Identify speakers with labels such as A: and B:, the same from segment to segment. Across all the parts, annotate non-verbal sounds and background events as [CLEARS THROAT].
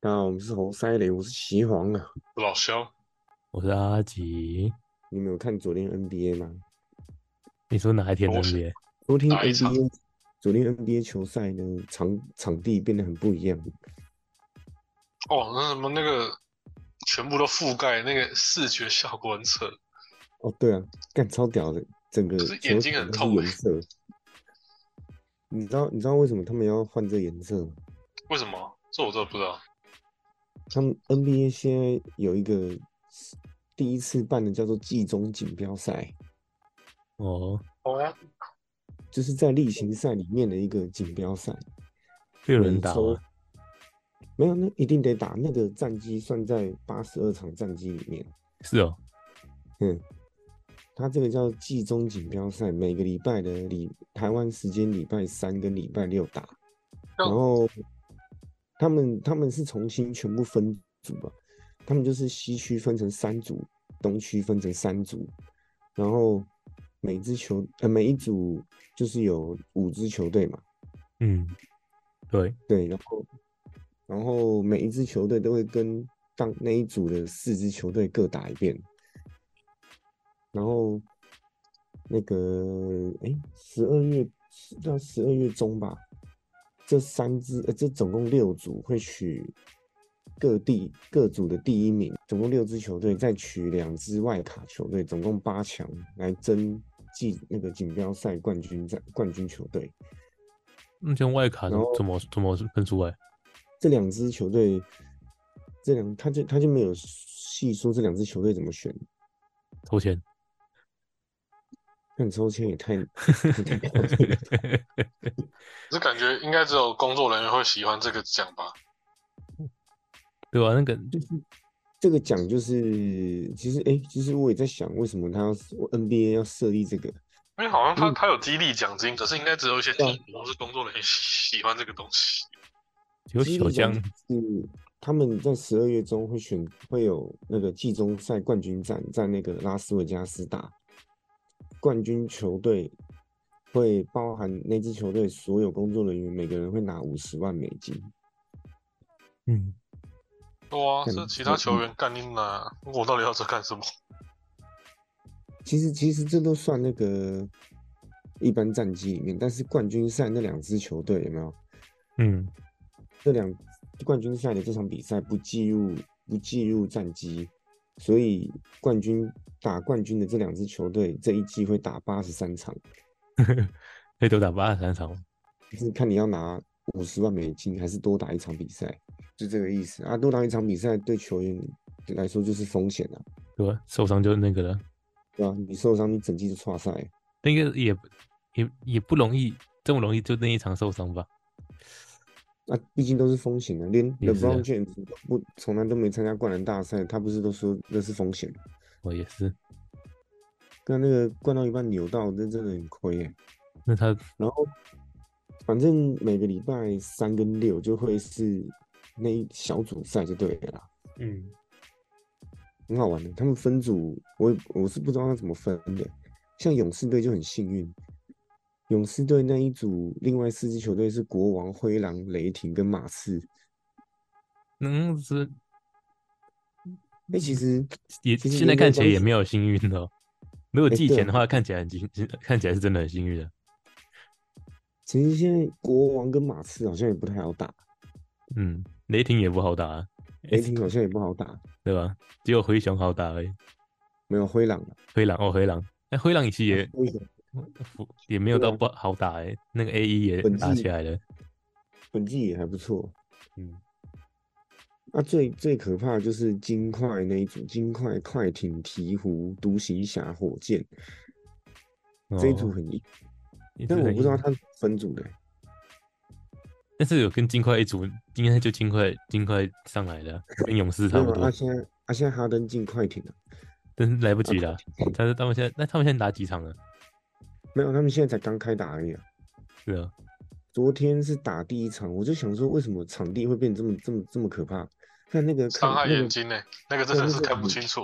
A: 那我们是猴塞雷，我是齐黄啊。
B: 老肖，
C: 我是阿吉。
A: 你们有看昨天 NBA 吗？
C: 你说哪一天
B: 我
C: 的
B: 是
C: 别？
A: 昨天
B: 哪一场
A: NBA，昨天 NBA 球赛呢，场场地变得很不一样。
B: 哦，那什么那个全部都覆盖，那个视觉效果很扯。
A: 哦，对啊，干超屌的，整个
B: 就是
A: 球
B: 眼睛
A: 场
B: 很
A: 都是
B: 痛
A: 颜
B: 欸
A: 色。你知道你知道为什么他们要换这颜色吗？
B: 为什么？这我真的不知道。
A: 他们 NBA 现在有一个第一次办的叫做季中锦标赛，
C: 哦，
B: 哦，
A: 就是在例行赛里面的一个锦标赛。
C: 会有
A: 每
C: 人打
A: 周
C: 吗？
A: 没有，那一定得打那个战绩，算在八十二场战绩里面。
C: 是哦，
A: 嗯，他这个叫季中锦标赛，每个礼拜的礼台湾时间礼拜三跟礼拜六打，然后他们他们是重新全部分组吧，他们就是西区分成三组，东区分成三组，然后每支球呃每一组就是有五支球队嘛，
C: 嗯，对，
A: 对，然后然后每一支球队都会跟当那一组的四支球队各打一遍，然后那个哎，十二月到十二月中吧，这三支呃，这总共六组会取各地各组的第一名，总共六支球队再取两支外卡球队，总共八强来争季那个锦标赛冠军战冠军球队。
C: 那像外卡怎
A: 然
C: 么
A: 后
C: 怎么怎么分出来？
A: 这两支球队，这两他就他就没有细说这两支球队怎么选，
C: 抽签。
A: 但抽签也太也太
C: [LAUGHS]
A: 高级了
B: 这感觉应该只有工作人员会喜欢这个奖吧？
C: 对吧、那个
A: 这个奖就是，其实哎、诶其实我也在想，为什么他要 NBA 要设立这个？
B: 因为好像他
A: 嗯
B: 他有激励奖金，可是应该只有一些
A: 对啊
B: 艺人或是工作人员喜喜欢这个东西。
C: 只有
A: 其实
C: 小将
A: 奖是他们在十二月中会选，会有那个季中赛冠军战在那个拉斯维加斯打，冠军球队会包含那支球队所有工作人员，每个人会拿五十万美金。
C: 嗯，
B: 对啊，
A: 干
B: 这其他球员干硬啊！我到底要这干
A: [LAUGHS]
B: 什么？
A: 其实其实这都算那个一般战绩里面，但是冠军赛那两支球队有没有？
C: 嗯，
A: 这两冠军赛的这场比赛不计入不计入战绩，所以冠军打冠军的这两支球队这一季会打八十三场，
C: 可以多打八十三场。
A: 就是看你要拿五十万美金还是多打一场比赛，就这个意思啊。多打一场比赛对球员来说就是风险啊，
C: 对吧？受伤就那个了，
A: 对吧、你受伤，你整季就差赛。
C: 那个也也也不容易，这么容易就那一场受伤吧？
A: 那、毕竟都是风险的，连
C: 也是啊
A: LeBron James 都不从来都没参加灌篮大赛，他不是都说那是风险？
C: 我也是。
A: 跟那个灌到一半扭到，那真的很亏耶。
C: 那他
A: 然后，反正每个礼拜三跟六就会是那一小组赛就对了啦，
C: 嗯，
A: 很好玩的。他们分组，我也我是不知道他怎么分的。像勇士队就很幸运，勇士队那一组另外四支球队是国王、灰狼、雷霆跟马刺。
C: 能是
A: 哎、其实
C: 也
A: 其实
C: 现在看起来
A: 联盟
C: 也没有幸运的哦。如果
A: 哎
C: 季
A: 对
C: 前的话，看起来很幸，看起来是真的很幸运的。
A: 其实现在国王跟马刺好像也不太好打，
C: 嗯，雷霆也不好打、啊，
A: 雷霆好像也不好打，
C: 对吧？只有灰熊好打而已。
A: 没有灰狼了。
C: 灰狼哦，灰狼，那、灰狼其实也
A: 灰狼
C: 不也没有
A: 对
C: 到
A: 啊
C: 不好打哎、那个 A E 也
A: 本
C: 打
A: 季
C: 起来了。
A: 本季也还不错。
C: 嗯，
A: 那、最最可怕的就是金块那一组，金块、快艇、鹈鹕、独行侠、火箭这一组
C: 哦，
A: 很硬，
C: 也
A: 但
C: 是
A: 我
C: 很
A: 不知道
C: 硬
A: 他分组的欸、
C: 但是有跟金块一组，应该就金块金块上来
A: [LAUGHS]
C: 了，跟勇士差
A: 没
C: 不
A: 有啊，
C: 多
A: 啊，现在啊现在哈登进快艇了、
C: 但是来不及
A: 啊
C: 了。但是他们现在，那他们现在打几场了？
A: 没有，他们现在才刚开打而已、啊。
C: 是啊， [LAUGHS]
A: 昨天是打第一场，我就想说为什么场地会变这么这么这么可怕？看那个看
B: 伤害
A: 那
B: 眼
A: 个
B: 睛呢、欸那个真的是看不清楚。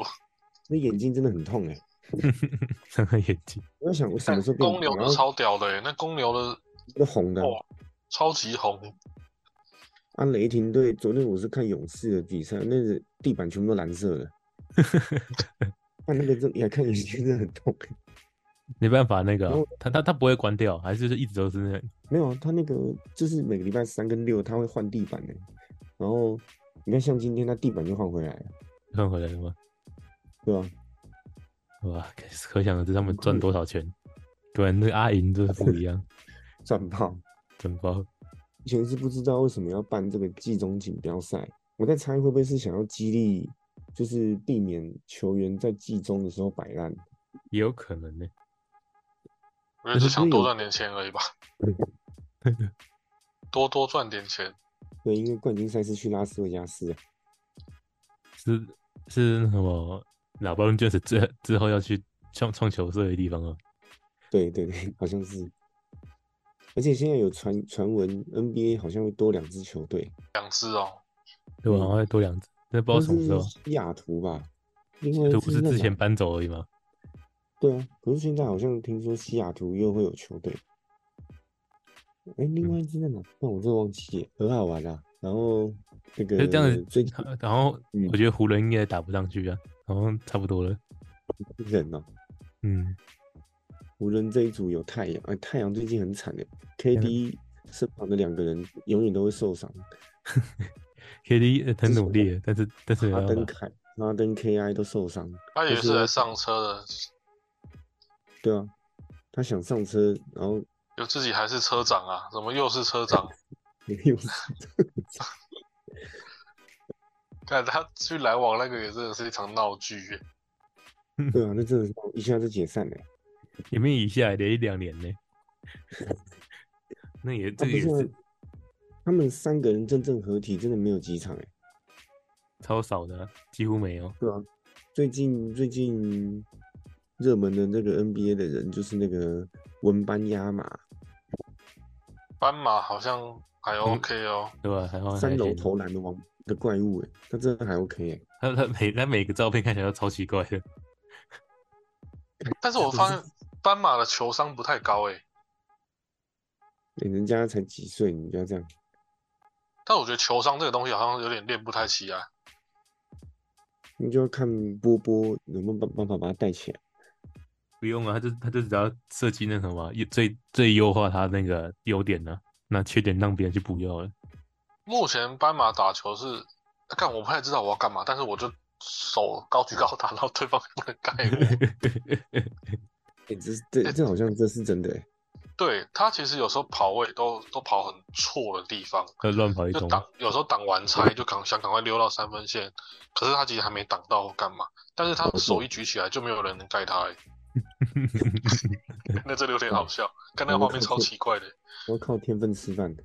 A: 那眼睛真的很痛哎、
C: 伤害眼睛。
A: 我在想我什
B: 但
A: 么时候变
B: 公
A: 红，
B: 牛
A: 然
B: 都
A: 后
B: 超屌的、欸，那公牛的
A: 都红的啊，
B: 哇，超级红，
A: 啊，雷霆队昨天我是看勇士的比赛，那个地板全部都蓝色的，看那个真也看眼睛真的很痛。
C: 没办法，那个啊
A: 然后
C: 他他他不会关掉，还是就是一直都是那样。
A: 没有啊，他那个就是每个礼拜三跟六他会换地板的，然后你看像今天他地板就换回来了，
C: 换回来了吗？
A: 对吧、
C: 哇，可可想而知他们赚多少钱。果然，那个阿银就是不一样，
A: 嗯赚爆！
C: 真包。
A: 以前是不知道为什么要办这个季中锦标赛，我在猜会不会是想要激励，就是避免球员在季中的时候摆烂。
C: 也有可能呢、
B: 我就是想多赚点钱而已吧，多多赚点钱。
A: 对，因为冠军赛是去拉斯维加斯啊，
C: 是是那什么老布伦爵士之之后要去创创球社的地方哦。
A: 对对对， [LAUGHS] 好像是。而且现在有传传闻，NBA 好像会多两支球队，
B: 两只哦，
C: 对吧？
A: 嗯
C: 然后再多两只，那不知道什么时候
A: 好像，是西呃雅图吧？另外一
C: 这
A: 支
C: 不是
A: 在
C: 之前
A: 哪
C: 搬走而已吗？
A: 对啊，可是现在好像听说西雅图又会有球队。哎，另
C: 嗯
A: 外一支在哪？那我真的忘记了，很好玩啊。然后那个
C: 就这样子
A: 最近
C: 啊然后
A: 嗯
C: 我觉得湖人应该也打不上去啊，然后差不多了。
A: 人哦，
C: 嗯，
A: 湖人这一组有太阳，哎，太阳最近很惨的，KD 身旁的两个人永远都会受伤，
C: KD 呃
A: 这
C: 很
A: 是
C: 努力了，但是但是没
A: 哈
C: 办
A: 登
C: 法，
A: 凯、哈登 KI 都受伤。
B: 他
A: 就
B: 也
A: 是是
B: 来上车的，
A: 对啊，他想上车，然后
B: 有自己还是车长啊，怎么又是车长？
A: 没有，
B: 看他去来往那个也真的是一场闹剧耶，
A: [LAUGHS] 对啊，那真的是一下就解散了。
C: 也没以下连一两年
A: [LAUGHS]
C: 呢、那也
A: 他
C: 这
A: 不
C: 个也
A: 是
C: 是
A: 啊他们三个人真正合体，真的没有几场哎。
C: 超少的啊、几乎没有。
A: 对啊，最近最近热门的那个 NBA 的人就是那个文班亚马，
B: 斑马好像还
A: 嗯
B: OK 哦， [LAUGHS]
C: 对吧？然后
A: 三
C: 还
A: 楼
C: 行
A: 投篮的王的怪物、欸，他真的还 OK 哎、
C: 他他每他每个照片看起来都超奇怪的，
B: 但是我发现斑马的球商不太高诶，
A: 欸人家才几岁，你不要这样。
B: 但我觉得球商这个东西好像有点练不太起来。
A: 你就要看波波有没有办办法把他带起来。
C: 不用啊，他就他就只要设计那什么最最优化他那个优点呢、那缺点让别人去补救了。
B: 目前斑马打球是，看我不太知道我要干嘛，但是我就手高举高打，然后对方也不能盖我。
A: 哎、这是这这好像这是真的哎、
B: 对他其实有时候跑位都都跑很错的地方，
C: 他乱跑一
B: 就
C: 通，
B: 挡有时候挡完拆就赶想赶快溜到三分线，可是他其实还没挡到或干嘛，但是他手一举起来就没有人能盖他、欸，那真的有点好笑，看那个画面超奇怪的。
A: 我要靠天分吃饭的。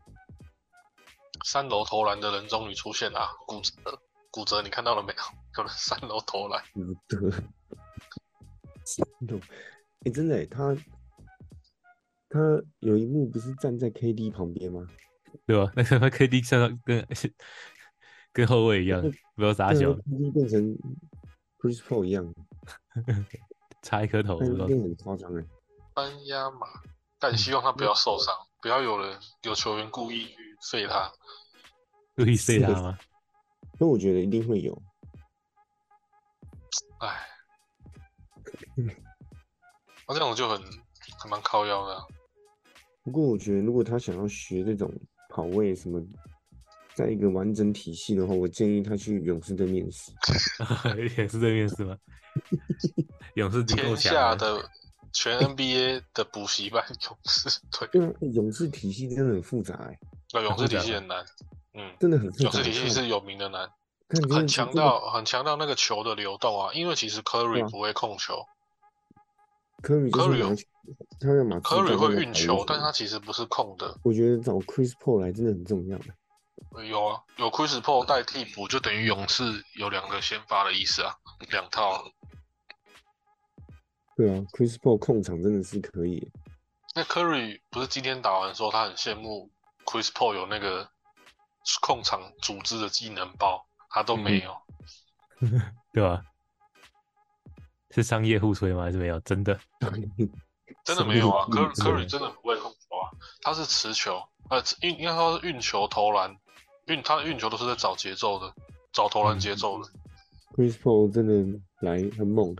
B: 三楼投篮的人终于出现了、啊，骨折，骨折你看到了没有？ [LAUGHS] 有人三楼投篮，
A: 有 [LAUGHS] 的，真的，哎、真的、欸，他他有一幕不是站在 KD 旁边吗？
C: 对吧？那个 KD 像他跟跟后卫一样，不要傻
A: 对
C: 小
A: 啊，KD 变成 Chris Paul 一样，
C: 插一颗头，
A: 但是
C: 不知道
A: 变得很夸张哎。
B: 班亚马，但希望他不要受伤，不要有人有球员故意去废他。
C: 故意睡他吗？
A: 那我觉得一定会有，
B: 唉，
C: 嗯
B: 那、这种就很很蛮靠腰的啊、
A: 不过我觉得如果他想要学这种跑位什么，在一个完整体系的话，我建议他去勇士队面试。
C: 也是这面试吗？勇士已经够
B: 天
C: 强
B: 下
C: 了，
B: 的全 NBA 的补习班勇士队， [LAUGHS]
A: 对啊，欸勇士体系真的很复杂哎、
B: 那勇士体系很难，嗯，
A: 真的很复
B: 勇
A: 杂。
B: 士体系
A: 看
B: 是有名的难，
A: 看真的
B: 很
A: 是
B: 强
A: 真的
B: 调很强调那个球的流动啊，因为其
A: 对
B: 实
A: 啊
C: 嗯
B: Curry 不会控球
A: 科里就是
B: Curry
A: 拿球，他要马刺
B: ，Curry
A: 当
B: 会
A: 那个
B: 运
A: 跑
B: 球
A: 位，
B: 但
A: 手
B: 他其实不是控的。
A: 我觉得找 Chris Paul 来真的很重要。
B: 有啊，有 Chris Paul 代替补，就等于勇士有两个先发的意思啊，两套啊。
A: 对啊，Chris Paul 控场真的是可以。 [LAUGHS]
B: 那 Curry 不是今天打完说他很羡慕 Chris Paul 有那个控场组织的技能包，他
A: 嗯
B: 都没有。
C: 对吧？是商业互吹吗？还是没有？真的，
B: 真的没有啊
A: 什么
B: 科
A: 意思
B: 科里真的不会控球啊，他是持球，呃，应应该说是运球投篮，运他的运球都是在找节奏的，找投篮节奏
A: 嗯
B: 的。
A: Chris Paul 真的来很猛，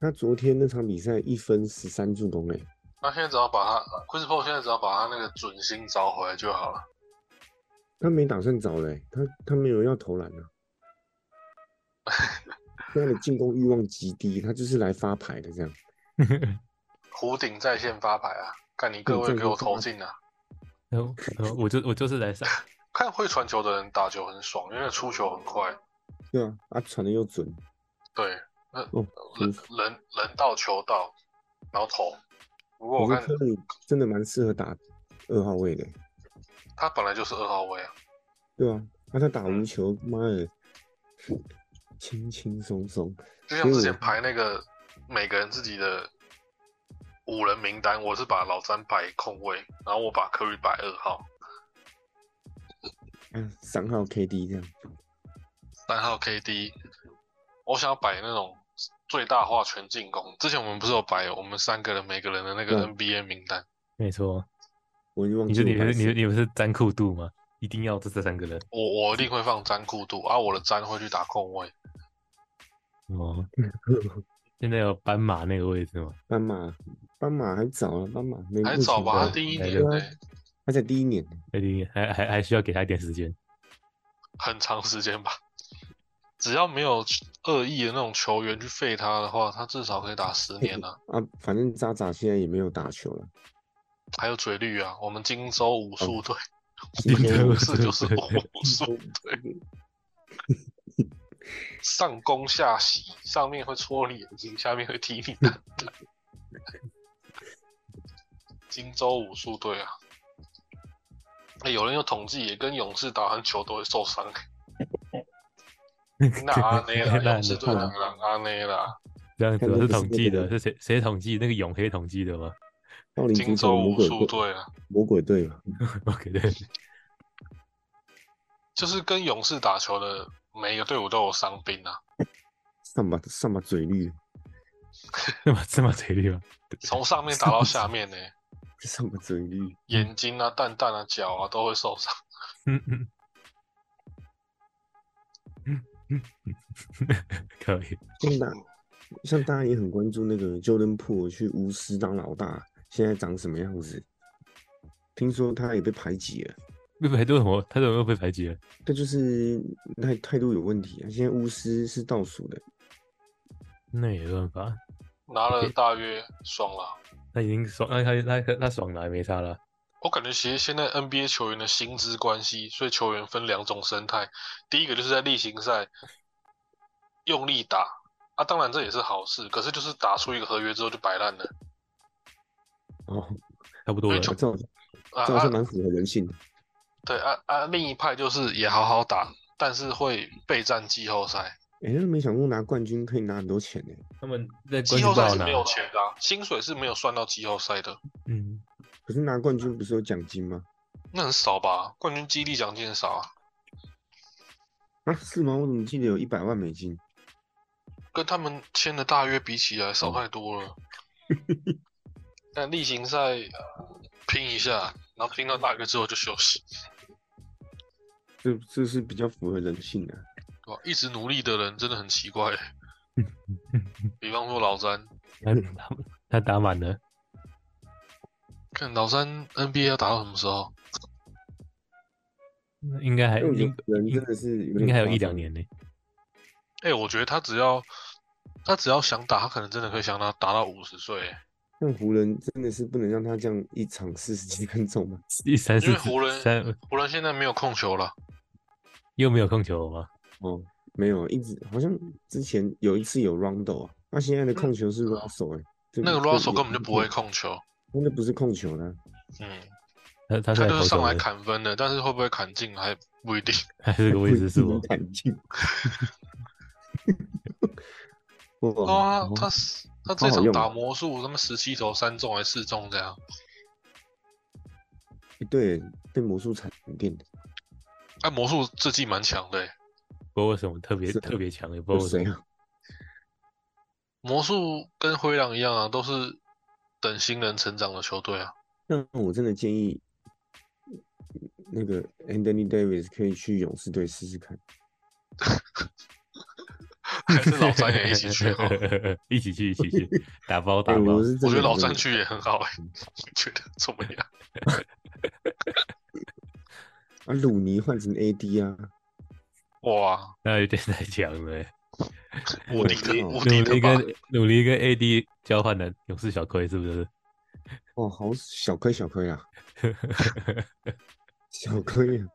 A: 他昨天那场比赛一分十三助攻哎、
B: 那现在只要把他 Chris Paul 现在只要把他那个准心找回来就好了。
A: 他没打算找嘞、他他没有要投篮啊。他的进攻欲望极低，他就是来发牌的这样。
B: 弧顶在线发牌啊，看你各
A: 嗯这
B: 位
A: 个
B: 给我
A: 是
B: 投
A: 他
B: 进啊！
C: 然后然后我就我就是来上，
B: 看会传球的人打球很爽，因为出球很快。
A: 对啊，啊传的又准，
B: 对，那
A: 哦
B: 人
A: 舒服。
B: 人人到球到，然后投。不过我
A: 我觉
B: 看
A: 得科里真的蛮适合打二号位的、
B: 他本来就是二号位啊，
A: 对啊，那、他打无球，妈的，轻轻松松。
B: 就像之前
A: 嗯
B: 排那个每个人自己的五人名单，我是把老詹摆控位，然后我把科瑞摆二号，
A: 嗯，三号 KD 这样，
B: 三号 KD，我想要摆那种最大化全进攻。之前我们不是有摆我们三个人每个人的那个
A: 嗯
B: NBA 名单，
C: 没错，
A: 我就忘
C: 你
A: 记
C: 说
A: 我
C: 你不
A: 拍
C: 是你
A: 谁
C: 你不是粘裤度吗？一定要这三个人
B: 我我一定会放詹库度，啊，我的詹会去打控位，
C: [LAUGHS] 哦。现在有斑马那个位置吗？
A: 斑马，斑马还早啊，斑马没
B: 还
A: 目
B: 早
A: 前
B: 吧？
A: 还
B: 他第一
C: 还
B: 年
C: 有
B: 呢、
A: 他才第一年，
C: 一定还还还需要给他一点时间。
B: 很长时间吧。只要没有恶意的那种球员去废他的话，他至少可以打十年啊。
A: 啊，反正渣渣现在也没有打球了，
B: 还有嘴绿啊，我们荆州武术队，
A: 荆
B: [LAUGHS]
A: 州
B: 武士就是武术队，
A: 对，
B: 上攻下洗，上面会戳你眼睛，下面会踢你蛋蛋。荆州武术队啊，哎、有人有统计，也跟勇士打完球都会受伤、欸 [LAUGHS] 那阿内啦，勇士队
C: 了，
B: 当然阿内啦，
C: 这样
A: 看
C: 子
A: 这
C: 是
A: 不是
C: 统计
A: 那
C: 的，
A: 个
C: 是谁谁统计那个永黑统计的吗 [LAUGHS]
A: 奥林
B: 荆
A: 足
B: 州
A: 球魔
B: 武
A: 鬼
B: 术
A: 队，
B: 队啊，
A: 魔鬼队嘛，
C: ？OK，对，
B: 就是跟勇士打球的每一个队伍都有伤兵啊，
A: 上把上把嘴绿， [LAUGHS]
C: 这么这么嘴绿吗？ [LAUGHS]
B: 从上面打到下面呢、
A: 上把嘴绿，
B: 眼睛啊、蛋蛋啊、脚啊都会受伤。
C: 嗯嗯嗯嗯嗯，可以。
A: 像大像大家也很关注那个 Jordan p 去巫师当老大，现在长什么样子？听说他也被排挤了。
C: 被排队什么？他怎么又被排挤了？
A: 他就是态态度有问题啊！现在巫师是倒数的，
C: 那也没办法，
B: 拿了大约爽了。
C: 他已经爽，那他他他他爽了，还没差了。
B: 我感觉其实现在 NBA 球员的薪资关系，所以球员分两种生态。第一个就是在例行赛用力打，啊，当然这也是好事，可是就是打出一个合约之后就摆烂了
A: 哦，
C: 差不多了
B: 对，
A: [LAUGHS] 这种
B: 啊
A: 这种是
B: 啊，
A: 蛮符合人性的。
B: 对啊啊，另一派就是也好好打，但是会备战季后赛。
A: 哎、那没想过拿冠军可以拿很多钱呢、
C: 他们在关
B: 季
C: 系
B: 后赛
C: 到
B: 是
C: 哪
B: 没？有钱的啊、薪水是没有算到季后赛的，
C: 嗯，
A: 可是拿冠军不是有奖金吗？
B: 那很少吧？冠军激励奖金很少啊，
A: 啊，是吗？我怎么记得有一百万美金？
B: 跟他们签的大约比起来少太多
C: [LAUGHS]
B: 了。但例行赛呃拼一下，然后拼到大约之后就休息，
A: 这这是比较符合人性啊的、
B: 对吧？一直努力的人真的很奇
C: [LAUGHS]
B: 怪、比方说老詹，
C: 他他他打满了，
B: 看老詹 NBA 要打到什么时候？
C: 应该还
A: 因为我觉
C: 应
A: 得人真的是有点
C: 应该还有
A: 夸
C: 一两
A: 张
C: 年呢。
B: 哎、我觉得他只要他只要想打，他可能真的可以想打打到五十岁欸，
A: 但湖人真的是不能让他这样一场四十几分钟吧？
C: 一三
B: 因
C: 四
B: 为湖人
C: 三
B: 湖人现在没有控球了，
C: 又没有控球了吗？
A: 哦，没有，一直好像之前有一次有 Rondo 啊，那、现在的控球是 Russell 哎、这
B: 嗯那个
A: 这
B: Russell
A: 也
B: 根本就不会，控球，
A: 那不是控球的啊、
B: 嗯，
C: 他
B: 他
C: 他在
B: 就
C: 投
B: 是上
C: 球
B: 来
C: 的
B: 砍分的，但是会不会砍进还不一定。
C: 还 [LAUGHS] 是个位置是我。
A: 砍
B: [LAUGHS]
A: 进。 [LAUGHS] 哇
B: 对啊，
A: 好
B: 他是
A: 哦好
B: 他这
A: 好
B: 场
A: 用
B: 打
A: 啊
B: 魔术，他妈十七投三中还是四中这样，
A: 欸对被魔术闪电的
B: 哎，魔术这季蛮强的欸，
C: 不知道为什么特别
A: 是
C: 特别强，也不
A: 有
C: 知道为什
A: 谁
C: 么。
A: 啊？
B: 魔术跟灰狼一样啊，都是等新人成长的球队啊。
A: 但我真的建议那个 Anthony Davis 可以去勇士队试试看。
B: 还是老詹也一
A: [LAUGHS]
B: 起去哦好了。
C: [LAUGHS] 一起去，一起去，打包打
A: 哎，
C: 包
A: 我。是真
B: 我觉
A: 的
B: 得老
A: 有这
B: 詹
A: 个
B: 去也很好哎、
A: 嗯
B: 你 [LAUGHS] 觉得怎么样？
A: 啊，鲁尼换成 AD 啊，
B: 哇，
C: 那有点太强了欸。
B: 无敌
A: [LAUGHS]
B: 的
A: 我哦
B: 无敌
C: 努
B: 的
C: 力
B: 吧？
C: 跟努力跟 AD 交换的勇士小亏是不是？
A: 哦，好小亏小
C: [LAUGHS]
A: 亏啊，小亏啊！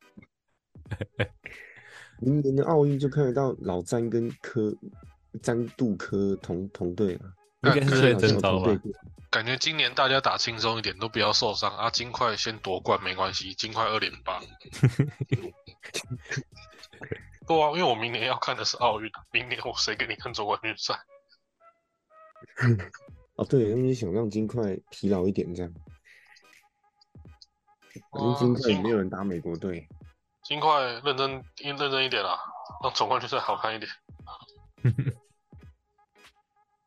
A: 明年的奥运就看得到老詹跟科詹杜科同同队了、啊，
B: 干
C: 应该
A: 最
C: 是在
A: 好
C: 征
A: 有
C: 召
A: 同队
C: 吧？
A: 过。
B: 感觉今年大家打轻松一点，都不要受伤啊！金块先夺冠没关系，金块二连
A: [LAUGHS]
B: 霸。对啊，因为我明年要看的是奥运，啊明年我谁跟你看总冠军赛？
A: 哦，对，他们就想让金块疲劳一点这样，因为
B: 啊
A: 金块
B: 金
A: 没有人打美国队，
B: 金块认真认真一点啦，让总冠军赛好看
C: [LAUGHS]
B: 一点。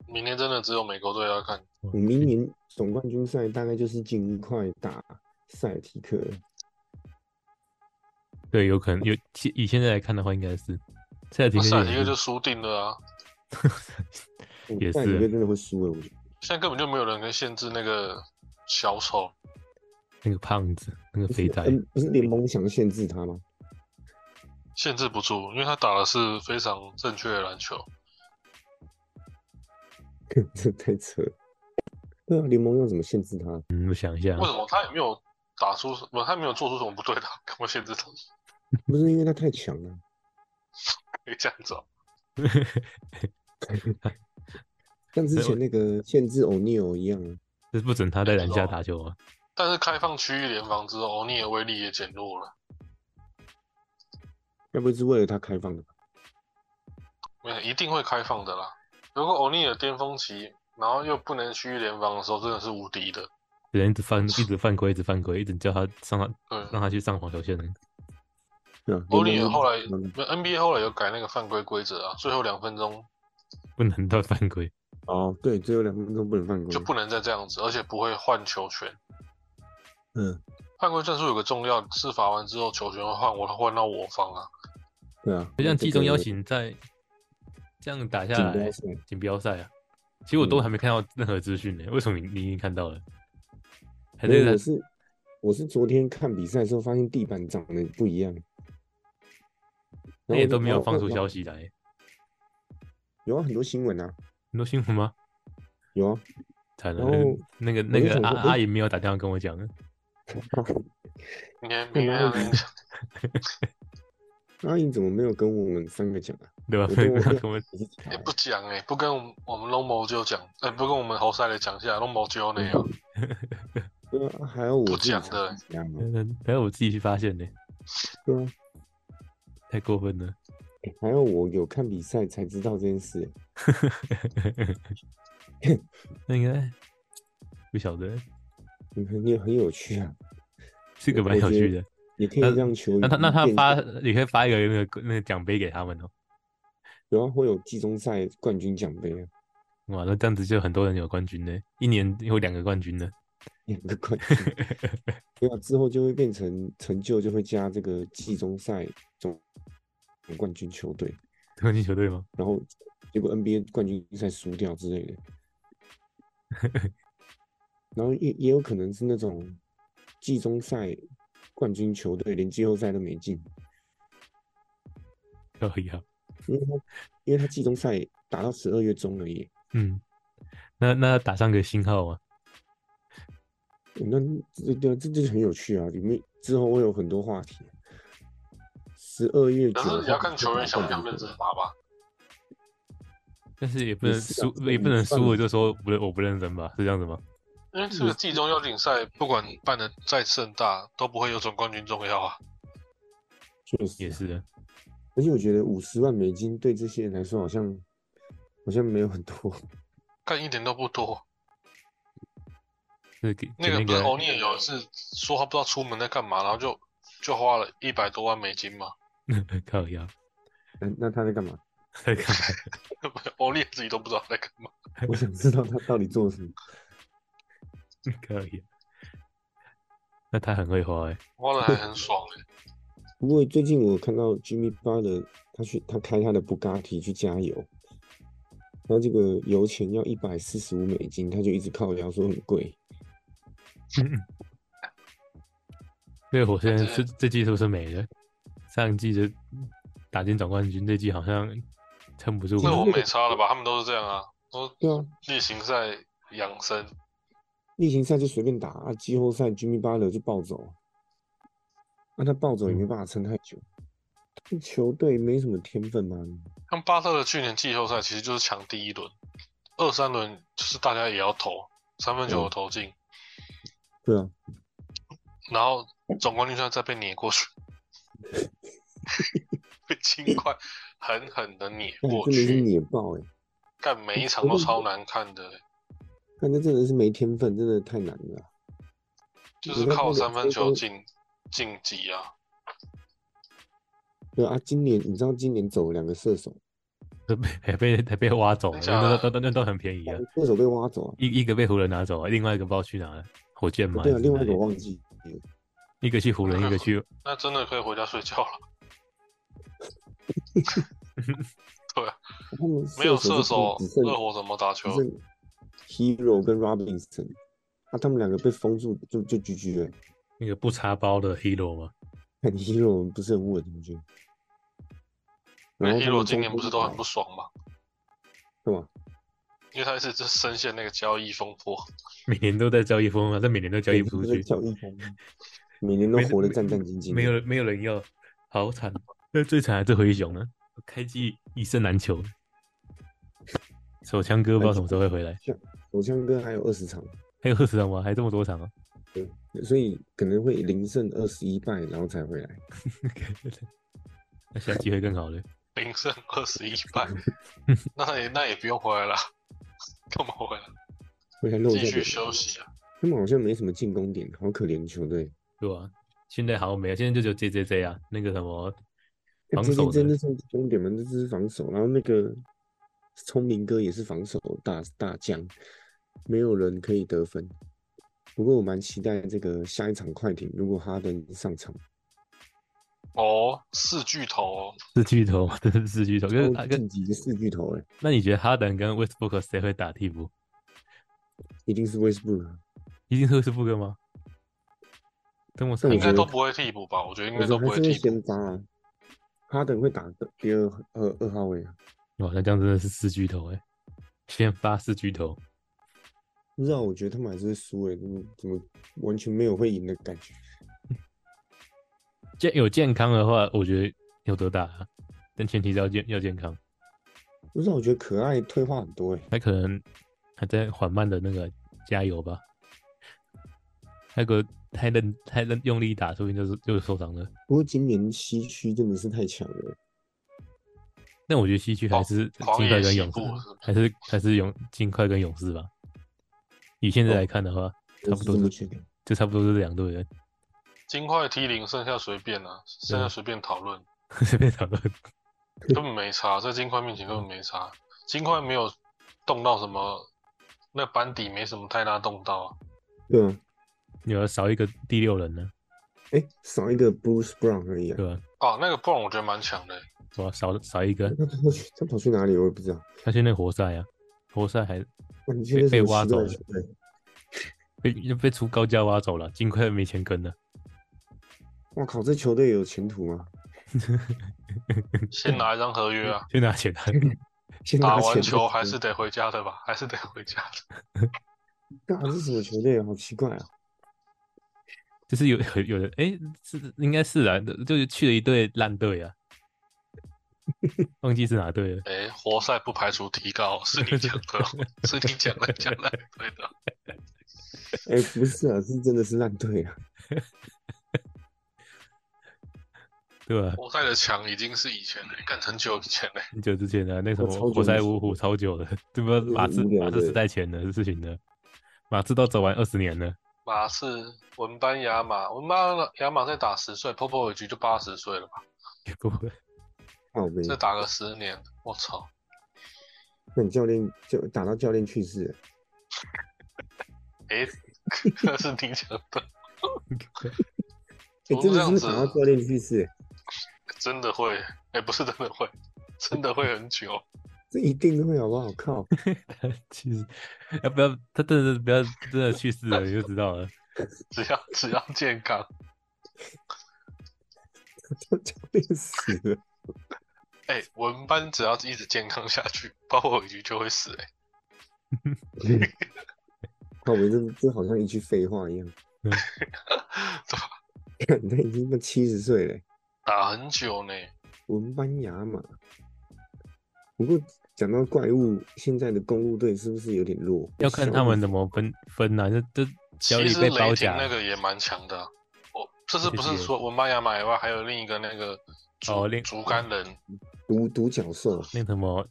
B: 明年真的只有美国队要看，
A: 我明年总冠军赛大概就是金块打塞尔提克了，
C: 对，有可能有。现以现在来看的话，应该是塞尔提
B: 那
C: 克
B: 赛
C: 也
B: 啊尔提克
C: 是
B: 就输定了啊！
A: 嗯
C: 也
A: 塞尔提
C: 是
A: 克真的会输欸了，我觉得。
B: 现在根本就没有人能限制那个小丑，
C: 那个胖子，那个
A: 不
C: 肥
A: 是
C: 仔，
A: 嗯不是联盟想限制他吗？ [LAUGHS]
B: 限制不住，因为他打的是非常正确的篮球。
A: 这太扯了。对啊，联盟要怎么限制他？
C: 嗯，我想一下
B: 为，什么他也没有打出什么，他没有做出什么不对的，干嘛限制他？
A: 不是因为他太强了，
B: 可以这样子哦、
A: 像之
C: 对我
A: 前那个限制欧尼尔一样啊。
C: 这不准他在篮下
B: 哦
C: 打球啊！
B: 但是开放区域联防之后，欧尼尔威力也减弱了。
A: 该不会是为了他开放的吧？
B: 没有，一定会开放的啦。如果欧尼尔巅峰期，然后又不能区域联防的时候，真的是无敌的。
C: 只能一
B: [LAUGHS]
C: 直犯，一直犯规，一直犯规，一直叫他上他
B: 对，
C: 让他去上黄球线。
A: 对啊，
B: 欧
A: 联
B: 尼尔
A: 盟
B: 后来
A: 就
B: 没有 NBA 后来有改那个犯规规则啊，最后两分钟
C: 不能到犯规。
A: [LAUGHS] 哦，对，只有两分钟不能犯规
B: 就。不能再这样子，而且不会换球权。
A: 嗯，
B: 犯规战术有个重要是罚完之后球权会换我换到我方啊，
A: 对啊，
C: 就像季中邀
A: 邀
C: 请在这样打下
A: 锦标
C: 来，
A: 赛，
C: 锦标赛啊，其实我都
A: 嗯
C: 还没看到任何资讯呢，为什么你你已经看到了？还
A: 没
C: 在
A: 有
C: 在
A: 我是我是昨天看比赛的时候发现地板长得不一样，然后
C: 那也
A: 我就
C: 哎
A: 哦
C: 都没有放出消
A: 息，
C: 息来，
A: 有啊很多新闻啊，
C: 很多新闻吗？
A: 有啊，
C: 惨了
A: 然
C: [LAUGHS]
A: 后，
C: 那个那
A: 我就
C: 个那
A: 想
C: 个
A: 说
C: 阿阿
A: 诶
C: 姨没有打电话跟我讲，
B: 明
A: 干嘛
B: 天明天
A: 会
B: 要跟你讲
A: 那你怎么没有跟我们三个讲啊？
C: 对吧？
A: 我
C: 没
A: 都
C: 有
A: 忘记
C: 跟我
A: 你是假
B: 哎、
A: 的
B: 不讲哎、不跟我们我们龙某就讲，哎、不跟我们侯赛雷讲一下，龙某就那
C: [LAUGHS]
B: 样，
A: 对啊，还有我
B: 不
A: 自己
B: 讲
A: 才
B: 的
A: 是这样啊，
C: 还有我自己去发现呢，
A: 对啊。
C: [LAUGHS] 太过分了。
A: 欸还有我有看比赛才知道这件事，
C: 那应该不晓得，
A: 你很有很有趣啊，
C: 这个蛮有趣的。
A: 也可以
C: 那
A: 让球
C: 那他那
A: 员
C: 他
A: 变
C: 发，
A: 成
C: 你可以发一个那个那个奖杯给他们哦。
A: 然后会有季中赛冠军奖杯啊，
C: 哇，那这样子就很多人有冠军呢，一年有两个冠军呢。
A: 两个冠
C: [LAUGHS]
A: 军，对啊，之后就会变成成就就会加这个季中赛总总冠军球队，
C: 冠军球队吗？ [LAUGHS]
A: 然后结果 NBA 冠军赛输掉之类的，然后也也有可能是那种季中赛冠军球队连季后赛都没进。
C: 可以啊，
A: 因为他因为他季中赛打到十二月中而已，
C: 嗯，那那打上个星号啊，
A: 嗯那这这这就是很有趣啊！里面之后会有很多话题。十二月九
B: 可
A: 号
B: 是你啊要看球员想不想
A: 讲
B: 认真打吧。
C: 但是也不能
A: 也是啊
C: 输，
A: 这
C: 也不能
A: 算
C: 输了
A: 了
C: 就说不认我不认真吧，是这样子吗？
B: 因为这个季中邀请赛，不管办的再盛大，都不会有总冠军重要啊。
A: 确
C: 也
A: 实，
C: 是啊的，
A: 而且我觉得五十万美金对这些人来说好像好像没有很多，
B: 干一点都不多。
C: 是给给
B: 那个
C: 那
B: 不是欧
C: 个
B: 尼尔有一次说他不知道出门在干嘛，然后就就花了一百多万美金嘛。 [LAUGHS] 哦
C: [LAUGHS] 靠腰，
A: 嗯，那他在干嘛？
C: 在干嘛
B: 欧尼尔自己都不知道在干嘛。
A: 我想知道他到底做了什么。
C: 靠腰。那他很会花哎、
B: 花的还很爽哎、
A: 不过最近我看到 Jimmy Butler 他去他开他的布加迪去加油，然后这个油钱要一百四十五美金，他就一直靠腰说很贵。
C: 因为我现在这
B: 对
C: 这季都是没了，上一季就打进总冠军，这季好像撑不住
B: 那我
C: 了。
B: 没差了吧？他们都是这样啊，都
A: 对啊，
B: 例行赛养生，
A: 例行赛就随便打啊，季后赛 Jimmy Butler 就暴走，那、他暴走也没办法撑太久。这球队没什么天分啊嘛，
B: 像巴特的去年季后赛其实就是抢第一轮，二三轮就是大家也要投，三分球有投进，
A: 对啊，
B: 然后总冠军赛再被碾过去， [LAUGHS] 被金块狠狠的碾
A: 那
B: 过
A: 真的是
B: 去，
A: 碾爆哎、欸！
B: 干每一场都超难看的欸、
A: 看这真的是没天分，真的太难了啊。
B: 就是靠三分球进晋级啊。
A: 对啊，今年你知道今年走了两个射手，
C: 都被还被还被挖走了，
B: 真假的
C: 那都都那都很便宜
A: 两
C: 啊
A: 个，射手被挖走啊。
C: 一一个被湖人拿走啊，另外一个不知道去哪了，火箭嘛。
A: 对
C: 还
A: 啊，
C: 是
A: 另外
C: 哪
A: 一个
C: 里
A: 我忘记了。啊
C: 一个去湖人，一个去
B: 那真的可以回家睡觉了。
A: 他们
B: 没有射手，
A: 就只剩
B: 热火怎么打
A: 只
B: 球？
A: 剩 Hero 跟 Robinson，啊，他们两个被封住就就 GG 了。
C: 那个不插包的 Hero 嘛。
A: 看 Hero 不是很稳，我觉得。
B: 那
A: 然后
B: h
A: 他
B: e r
A: 们
B: 今
A: 中
B: 年不
A: 锋
B: 是都很
A: 来
B: 不爽吗？
A: 对吧？
B: 因为他一直就深陷那个交易风波，
C: 每年都在交易风啊，但每年都交易不出
A: 每天都
C: 去
A: 在，交易风，每年都
C: 没
A: 活得
C: 没
A: 战战兢兢的。
C: 没有人没有人要，好惨。哦那最惨的这灰熊呢，开季一胜难求，手枪哥不知道什么时候会回来，
A: 手枪哥还有二十场，
C: 还有二十场吗？还这么多场啊？
A: 所以可能会零胜二十一败，然后才回来。
C: [LAUGHS] 那下季会更好了。
B: 零胜二十一
A: [LAUGHS]
B: 败，那也那也不用回来了，干嘛回来？
A: 回来露一下
B: 继续
A: 脸。
B: 休息啊！
A: 他们好像没什么进攻点，好可怜球队。
C: 对吧、现在好像没有，现在就只有 J J J 啊，那个什么防
A: 这
C: 守
A: 真
C: 的
A: 的，哎是终点门，这只是防守。然后那个聪明哥也是防守大大将，没有人可以得分。不过我蛮期待这个下一场快艇，如果哈登上场，
B: 哦，四巨头、哦，
C: 是巨头吗，真的是四巨头。跟
A: 哦
C: 啊
A: 晋
C: 跟
A: 级的四巨头、欸，哎，
C: 那你觉得哈登跟 Westbrook 谁会打替补？
A: 一定是 Westbrook 啊。
C: 一定是 Westbrook 吗？这么惨
A: 我
B: 应
A: 觉
B: 该
A: 得
B: 都不会替补吧？我觉得应
A: 我
B: 该
A: 觉
B: 都
A: 得
B: 不
A: 还
B: 会
A: 是会
B: 替补。
A: 先发啊。哈登会打第二二二号位啊，
C: 哇，那这样真的是四巨头哎、先发四巨头，
A: 不知道，我觉得他们还是会输哎、欸，怎么怎么完全没有会赢的感觉？
C: 健有健康的话，我觉得有得打、啊，但前提是要健要健康。
A: 不知道，我觉得可爱退化很多哎、
C: 他可能还在缓慢的那个加油吧，那个太认太认用力打，说不定就是就是受伤了。
A: 不过今年西区真的是太强了欸、
C: 但我觉得西区还
B: 狂
C: 是
B: 哦狂
C: 金块
B: 野
C: 跟
B: 西
C: 勇士
B: 部是，
C: 还是还是勇金块跟勇士吧。以现在来看的话，
A: 我
C: 差不
A: 是
C: 多
A: 这么
C: 是
A: 觉得。
C: 就差不多是两队人，
B: 金块 T 零，剩下随便啊，剩下
C: 嗯
B: 随便讨论，
C: [LAUGHS] 随便讨论。
B: 根本没差，在金块面前根本没差。金块没有动到什么，那班底没什么太大动到啊。
A: 对啊，
C: 你要少一个第六人呢，
A: 哎，少一个 Bruce Brown 而已啊
C: 对。吧？
B: 哦，那个 b r o n 我觉得蛮
A: [LAUGHS]
B: 强的，
C: 我要少少一个，
A: 那他跑去他跑去哪里？我也不知道。
C: 他现在活塞啊，活塞还
A: 哇，你去那
C: 被
A: 什么
C: 被
A: 奇怪
C: 挖
A: 的
C: 走了
A: 球队
C: 被被出高价挖走了，金块没钱跟了。
A: 哇靠，这球队有前途吗？
B: 先拿一张合
A: [LAUGHS]
B: 约啊。
C: 去拿 [LAUGHS] 钱啊！
A: 先
B: 打
A: 拿
B: 完
A: 钱
B: 球
A: 再
B: 还
A: 说
B: 是得回家的吧，还是得回家的。
A: 干这是什么球队啊？好奇怪啊！
C: 就是有有有人，哎、是应该是啊，就是去了一队烂队啊，忘记是哪队了。
B: 哎，活塞不排除提高，是你讲
A: [LAUGHS]
B: 的哦，是你讲的讲的对的。
A: 哎，不是啊，是真的是烂队啊！
C: 对吧、
B: 活塞的墙已经是以前了，干很久以前嘞，
C: 很久之前的、那什
A: 我超
C: 么
A: 久
C: 活塞
A: 以前
C: 五虎超久了，这不马刺
A: 无聊
C: 马刺
A: 的
C: 时代前的事情了，马刺都走完二十年了， [LAUGHS]
B: 马刺、文班亚马，文班亚马再打十岁 p o p o v i c 就八十岁了吧？
C: 结果
A: 靠背，
B: 再打个十年，我操！
A: 那你教练就打到教练去世了，
C: [LAUGHS]
B: 哎，那是你讲的，
A: 欸
B: 我
A: 真
B: 这
A: 的
B: 样
A: 是
B: 子啊
A: 想要教练去试，
B: 真的会，哎、不是真的会，真的会很久。
A: 这一定会好不好？靠，
C: [LAUGHS] 其实要不要他真的是不要真的去世了你就知道了。
B: 只要只要健康，
A: 教练死了，
B: 哎、我们班只要一直健康下去，包括我一局就会死、哎，
A: 靠，我这这好像一句废话一样。
B: [LAUGHS] 这
A: 看他已经他七十岁了欸，
B: 打很久呢。
A: 文班亚马。不过讲到怪物，现在的公路队是不是有点弱？
C: 要看他们怎么分分啊，就就小
B: 其
C: 李
B: 实
C: 被
B: 雷
C: 包
B: 霆
C: 夹，
B: 那个也蛮强的啊、我这次
C: 确
B: 不
C: 实
B: 是
C: 有
B: 说文班亚马以外，还有另一个那个竹、
C: 哦另
B: 竹竿人，
A: 独独角兽
C: 那什么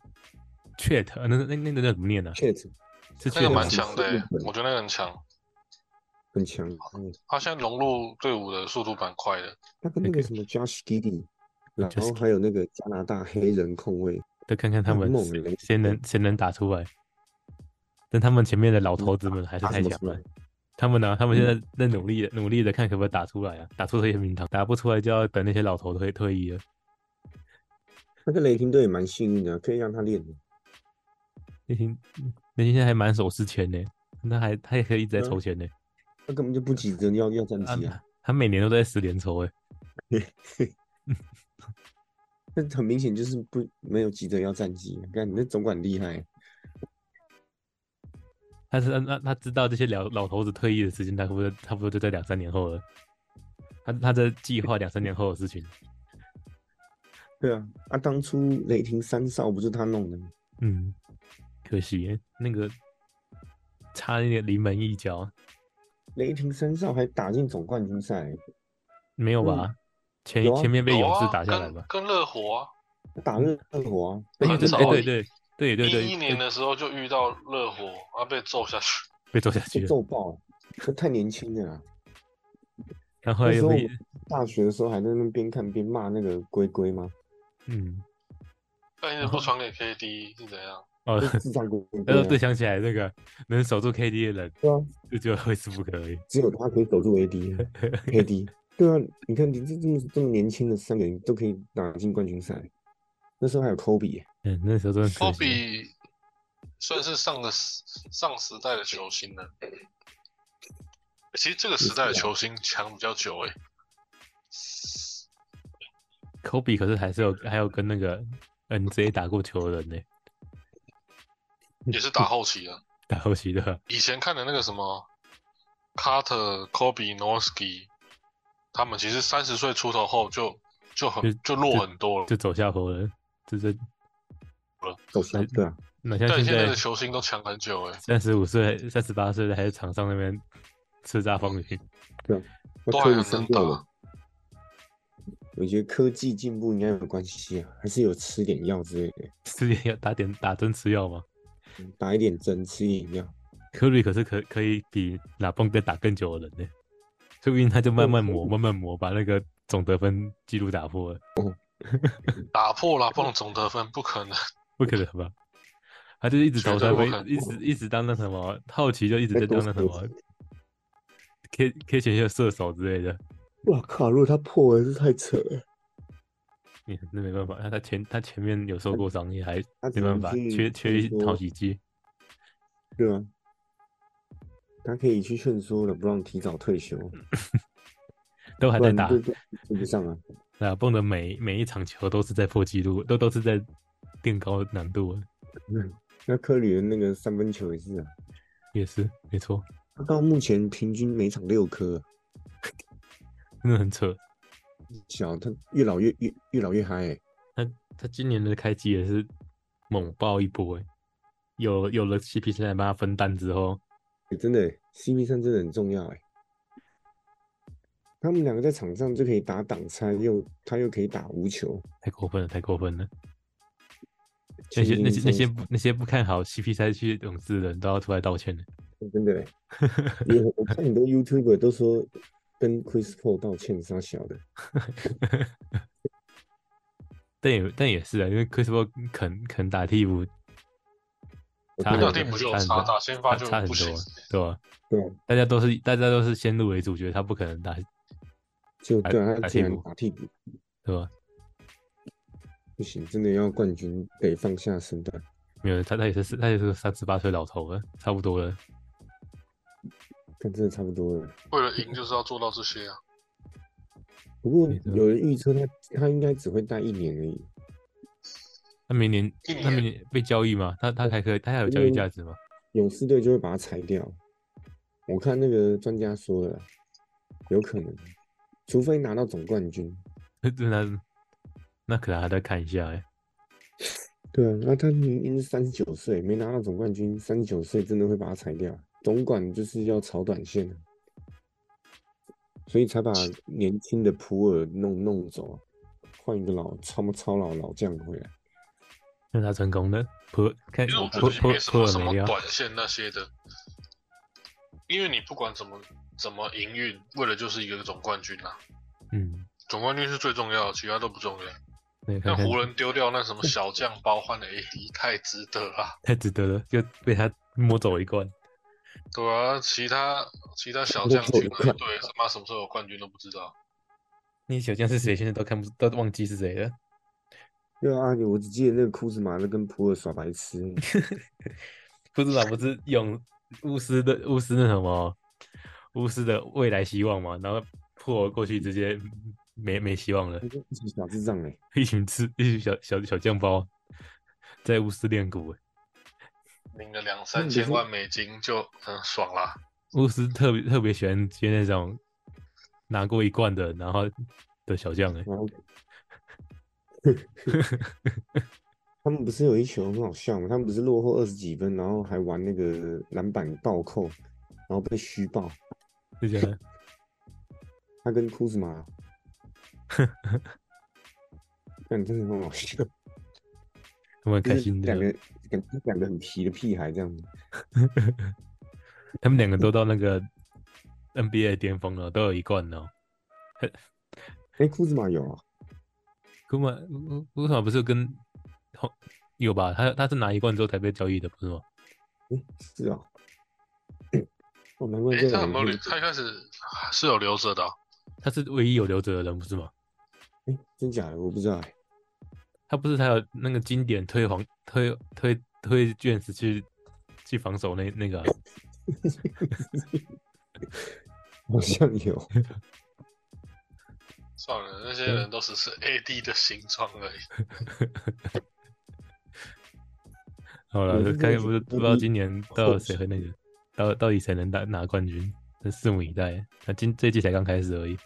C: chat，呃那那那个叫怎么念呢、啊？
A: 确实
C: 是
B: 那
C: chat
B: 个
A: 确
B: 蛮
A: 实
B: 强的、
A: 是日
B: 哎
A: 本
B: 我觉得那个很强。
A: 很强，嗯，
B: 他现在融入队伍的速度蛮快的，
A: 他跟那
C: 那
A: 个
C: 个
A: 什么 Josh Giddy，然
C: Josh
A: 后还有那个加拿大黑人控卫，
C: 得看看他们
A: 很猛
C: 谁
A: 欸
C: 谁能谁能打出来。但他们前面的老头子们还
A: 嗯
C: 是
A: 打什
C: 太
A: 么
C: 强
A: 出
C: 了
A: 来，？嗯
C: 他们呢、他们现在在努力的努力的看可不可以打出来啊，打出这些名堂，打不出来就要等那些老头退退役了。
A: 那个雷霆队也蛮幸运的，啊可以让他练。
C: 那天那天现在还满手是钱呢，那还他也可以一直在
A: 嗯
C: 筹钱呢、
A: 他根本就不急着要要战
C: 啊
A: 绩啊，
C: 他每年都在十连筹哎，
A: 那很明显就是不没有急着要战绩啊。看你那总管厉害，啊
C: 他是那他知道这些老老头子退役的时间，大概不多差不多就在两三年后了。他他在计划两三年后的事情，
A: 对啊，啊，当初雷霆三少不是他弄的吗？
C: 嗯，可惜耶那个差一点临门一脚，
A: 雷霆三少还打进总冠军赛，
C: 没有吧？前
A: 有啊
C: 前面被
B: 有
C: 勇
B: 啊
C: 士打下来吧
B: 跟？跟热火啊，
A: 打热火啊，
C: 哎
B: 跟
C: 对
B: 早
C: 哎对对对对
B: 一一年
C: 对，
B: 的时候就遇到热火啊，被揍下去。
C: 被揍下去
A: 被
C: 了，
A: 揍爆，这太年轻了 [LAUGHS]
C: 哎
A: 啊。
C: 然后
A: 那时
C: 又
A: 候我
C: 被
A: 们大学的时候还在那边看边骂那个龟龟
C: [LAUGHS]
A: 吗？
C: 嗯
B: 但哎你不传给 KD 是怎
C: [LAUGHS]
B: 样？
C: 哦，
A: 就智障龟龟、
C: 然
A: 啊
C: 后对，想起来那个能守住 KD 的人，
A: 对啊，
C: 就只有惠斯布克而已。
A: 只有他可以守住
C: [LAUGHS]
A: AD 啊 KD。对啊，你看你这这么这么年轻的三个人都可以打进冠军赛，那时候还有科比、
C: 嗯，那时候真的
B: 科
C: 很可惜。
B: 比算是上个时上时代的球星了。其实这个时代的球星强比较久欸诶、
C: 科比可是还是有还有跟那个 NJ 打过球的人呢、
B: 也是打后期的。
C: 打后期的。
B: 以前看的那个什么 Carter、科比、n o r s k y 他们其实三十岁出头后就就很就弱很多了。
C: 就走下坡了，就是
A: 走下
C: 哎
A: 对啊，
C: 哪像
B: 但
C: 现
B: 现在
C: 在
B: 的球星都强很久诶、
C: [LAUGHS] 三十五岁、三十八岁的还在场上那边叱咤风云，
A: 那科
B: 都还
A: 比
B: 很
A: 删
B: 能
A: 掉了
B: 打。。
A: 我觉得科技进步应该有关系啊，还是有吃点药之类的，
C: 吃点药打点打针吃药吗？
A: 打一点针，吃一点药。
C: 科比可是可可以比拉蹦更打更久的人呢、说不定他就慢慢
B: 哦
C: 磨、
A: 科比
C: 慢慢磨，把那个总得分记录打破了，
B: 打破了不能总得分，不
C: [LAUGHS]
B: 可能。
C: 不可能吧？他就一直投三
B: 绝对
C: 分
B: 不可，能
C: 一直一直当那什么，好奇就一直在
A: 在
C: 当
A: 多
C: 那什
A: 投
C: 么 K K 选秀射手之类的，
A: 哇靠！如果他破了，是太扯了。
C: 也那没办法，他他前他前面有受过伤，也还
A: 他
C: 没
A: 只
C: 办
A: 能
C: 法，
A: 去
C: 缺缺
A: 劝
C: 一好
A: 说
C: 几季。
A: 对啊，他可以去劝说 LeBron 提早退休，
C: 都还
A: 不
C: 嗯在
A: 然
C: 打，
A: 对对跟不上啊。
C: 打蹦的每每一场球都是在破纪录，都都是在垫高难度的，
A: 嗯，那科里的那个三分球也是啊，
C: 也是没错，
A: 他到目前平均每场六颗啊，
C: 真的很扯。
A: 小他越老越越越老越嗨、欸。
C: 他他今年的开机也是猛爆一波欸，有有了 CP 三来帮他分担之后，
A: 欸真的欸、CP 三真的很重要哎、他们两个在场上就可以打挡拆，又他又可以打无球。
C: 太过分了，太过分了。那些
A: 轻
C: 那
A: 轻
C: 些那些
A: 松
C: 不那些不看好 CP 三去勇士的人都要出来道歉了。
A: 松真的、欸，
C: [LAUGHS]
A: 也我看很多 YouTuber 都说跟 Chris Paul 道歉是他小的，
C: 但也但也是啊，因为 Chris Paul 肯肯打替补，差
B: 那
C: 很多
B: 地不就有
C: 差很
B: 差
C: 多
B: 打先发就
C: 差很
B: 不
C: 多
B: 行
C: 啊，对吧、
A: 对啊，
C: 大家都是大家都是先入为主，觉得他不可能打，
A: 就
C: 打
A: 对啊，他
C: 打
A: 竟
C: 替
A: 然
C: 补
A: 打替补，
C: 对吧？
A: 不行，真的要冠军得放下身段。
C: 没有，他他也是他也是三十八岁老头了，差不多了。
A: 看，真的差不多了。
B: 为了赢就是要做到这些啊。
A: 不过
C: 没错
A: 有人预测他，他应该只会待一年而已。
C: 他明年
B: 一年
C: 他明年被交易吗？他他还可以，他还有交易价值吗？ [LAUGHS]
A: 勇士队就会把他裁掉。我看那个专家说了，有可能，除非拿到总冠军。
C: 那那可能还在看一下哎、
A: 对啊，那他明年三十九岁，没拿到总冠军，三十九岁真的会把他裁掉。总管就是要炒短线啊，所以才把年轻的普尔弄弄走啊，换一个老超超老老将回来。
C: 那他成功了，普看
B: 其实我觉得
C: 普
B: 也
C: 普
B: 没什
C: 普
B: 么
C: 尔
B: 什
C: 没
B: 么
C: 料，
B: 短线那些的，因为你不管怎么怎么营运，为了就是一个总冠军啊，
C: 嗯，
B: 总冠军是最重要的，其他都不重要。
C: 对，看
B: 那
C: 看
B: 湖人丢掉那什么小将包换的 AD E，太值得了， [LAUGHS]
C: 太值得了，就被他摸走一罐，
B: 对啊，其他其他小将去
A: 我
B: 哪对他妈什么时候有冠军都不知道。
C: 那些小将是谁现在都看不都忘记是谁了。
A: 对啊，我只记得那个库兹马在跟普尔耍白痴而已，
C: 库兹马不是勇巫师的巫师那什么巫师的未来希望嘛，然后破过去直接没没希望了，
A: 一群小智障哎、
C: 一群吃一群小小小酱包在巫师练骨欸，
B: 领了两三千万美金就很爽啦。
C: 巫师特别特别喜欢接那种拿过一冠的，然后的小将哎、
A: 然后他们不是有一球很好笑吗？他们不是落后二十几分，然后还玩那个篮板倒扣，然后被虚报。
C: 就觉得
A: 他跟库兹
C: [LAUGHS]
A: 马，但真的很好笑，
C: 他们很
A: 就
C: 开
A: 是
C: 心
A: 两
C: 的，
A: 个感觉两个很皮的屁孩这样子。
C: 他们两个都到那个 NBA 巅峰了，都有一哦冠了。
A: 哎、库兹马有啊，
C: 库马库库马不是跟后有吧？他他是拿一冠之后才被交易的，不是吗？
A: 是啊。 [CLEARS THROAT] 哦，难怪
B: 诶、
A: 这
B: 他有
A: 两
B: 没有
A: 个
B: 留？
A: 人，
B: 他一开始是有留着的哦、
C: 他是唯一有留着的人，不是吗？
A: 哎、真假的我不知道哎、
C: 他不是还有那个经典推黄推推推卷子去去防守那那个啊、
A: 好像有。
B: 算了，那些人都只是 AD 的形状而已。
C: 好了
A: 我是，
C: 看
A: 觉得
C: 不是不知道今年到底谁和那个到到底谁能拿拿冠军，真拭目以待。那今这季才刚开始而已，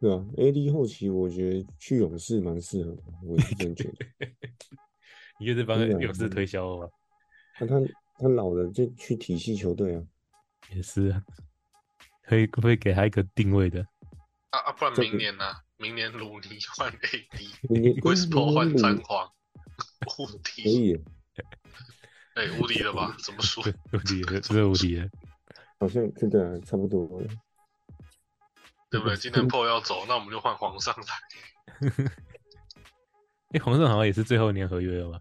A: 对啊，AD 后期我觉得去勇士蛮适合的，我也是这么觉得。
C: 你就是帮
A: 真的
C: 勇士推销了吧？
A: 那他他老了就去体系球队啊，
C: 也是啊，会会给他一个定位的。
B: 啊啊，不然
A: 这个
B: 明年呢、明年鲁尼
A: [LAUGHS]
B: 换 AD，
A: 明
B: [LAUGHS]
A: 年
B: 威斯珀换
A: 明年
B: 詹
A: 鲁
B: 皇，无
A: 可
B: 敌，
A: 以耶，
B: 哎、无敌了吧？怎么说？
C: 无敌了，真的无敌了。
A: 好像这个差不多了。
B: 对不对？今天 PO 要走，那我们就换皇上
A: 啊
B: 来。
C: 哎、黄胜好像也是最后一年合约了吧？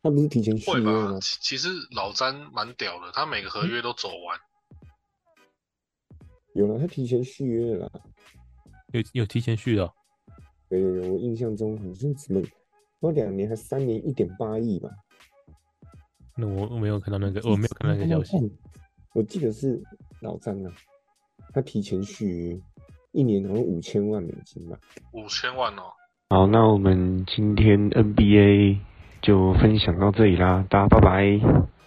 A: 他不是提前续
B: 会
A: 约
B: 吧
A: 吗？？
B: 其其实老詹蛮屌的，他每个合约都走完，
A: 有了，他提前续约了啦。
C: 有有提前续的哦、
A: 有有有，我印象中好像什么，那两年还三年一点八亿吧。
C: 那我我没有看到那个，我没有看到那个消息。
A: 哦我记得是老詹啊，他提前续约，一年好像五千万美金吧。
B: 五千万哦。
A: 好，那我们今天 NBA 就分享到这里啦，大家拜拜。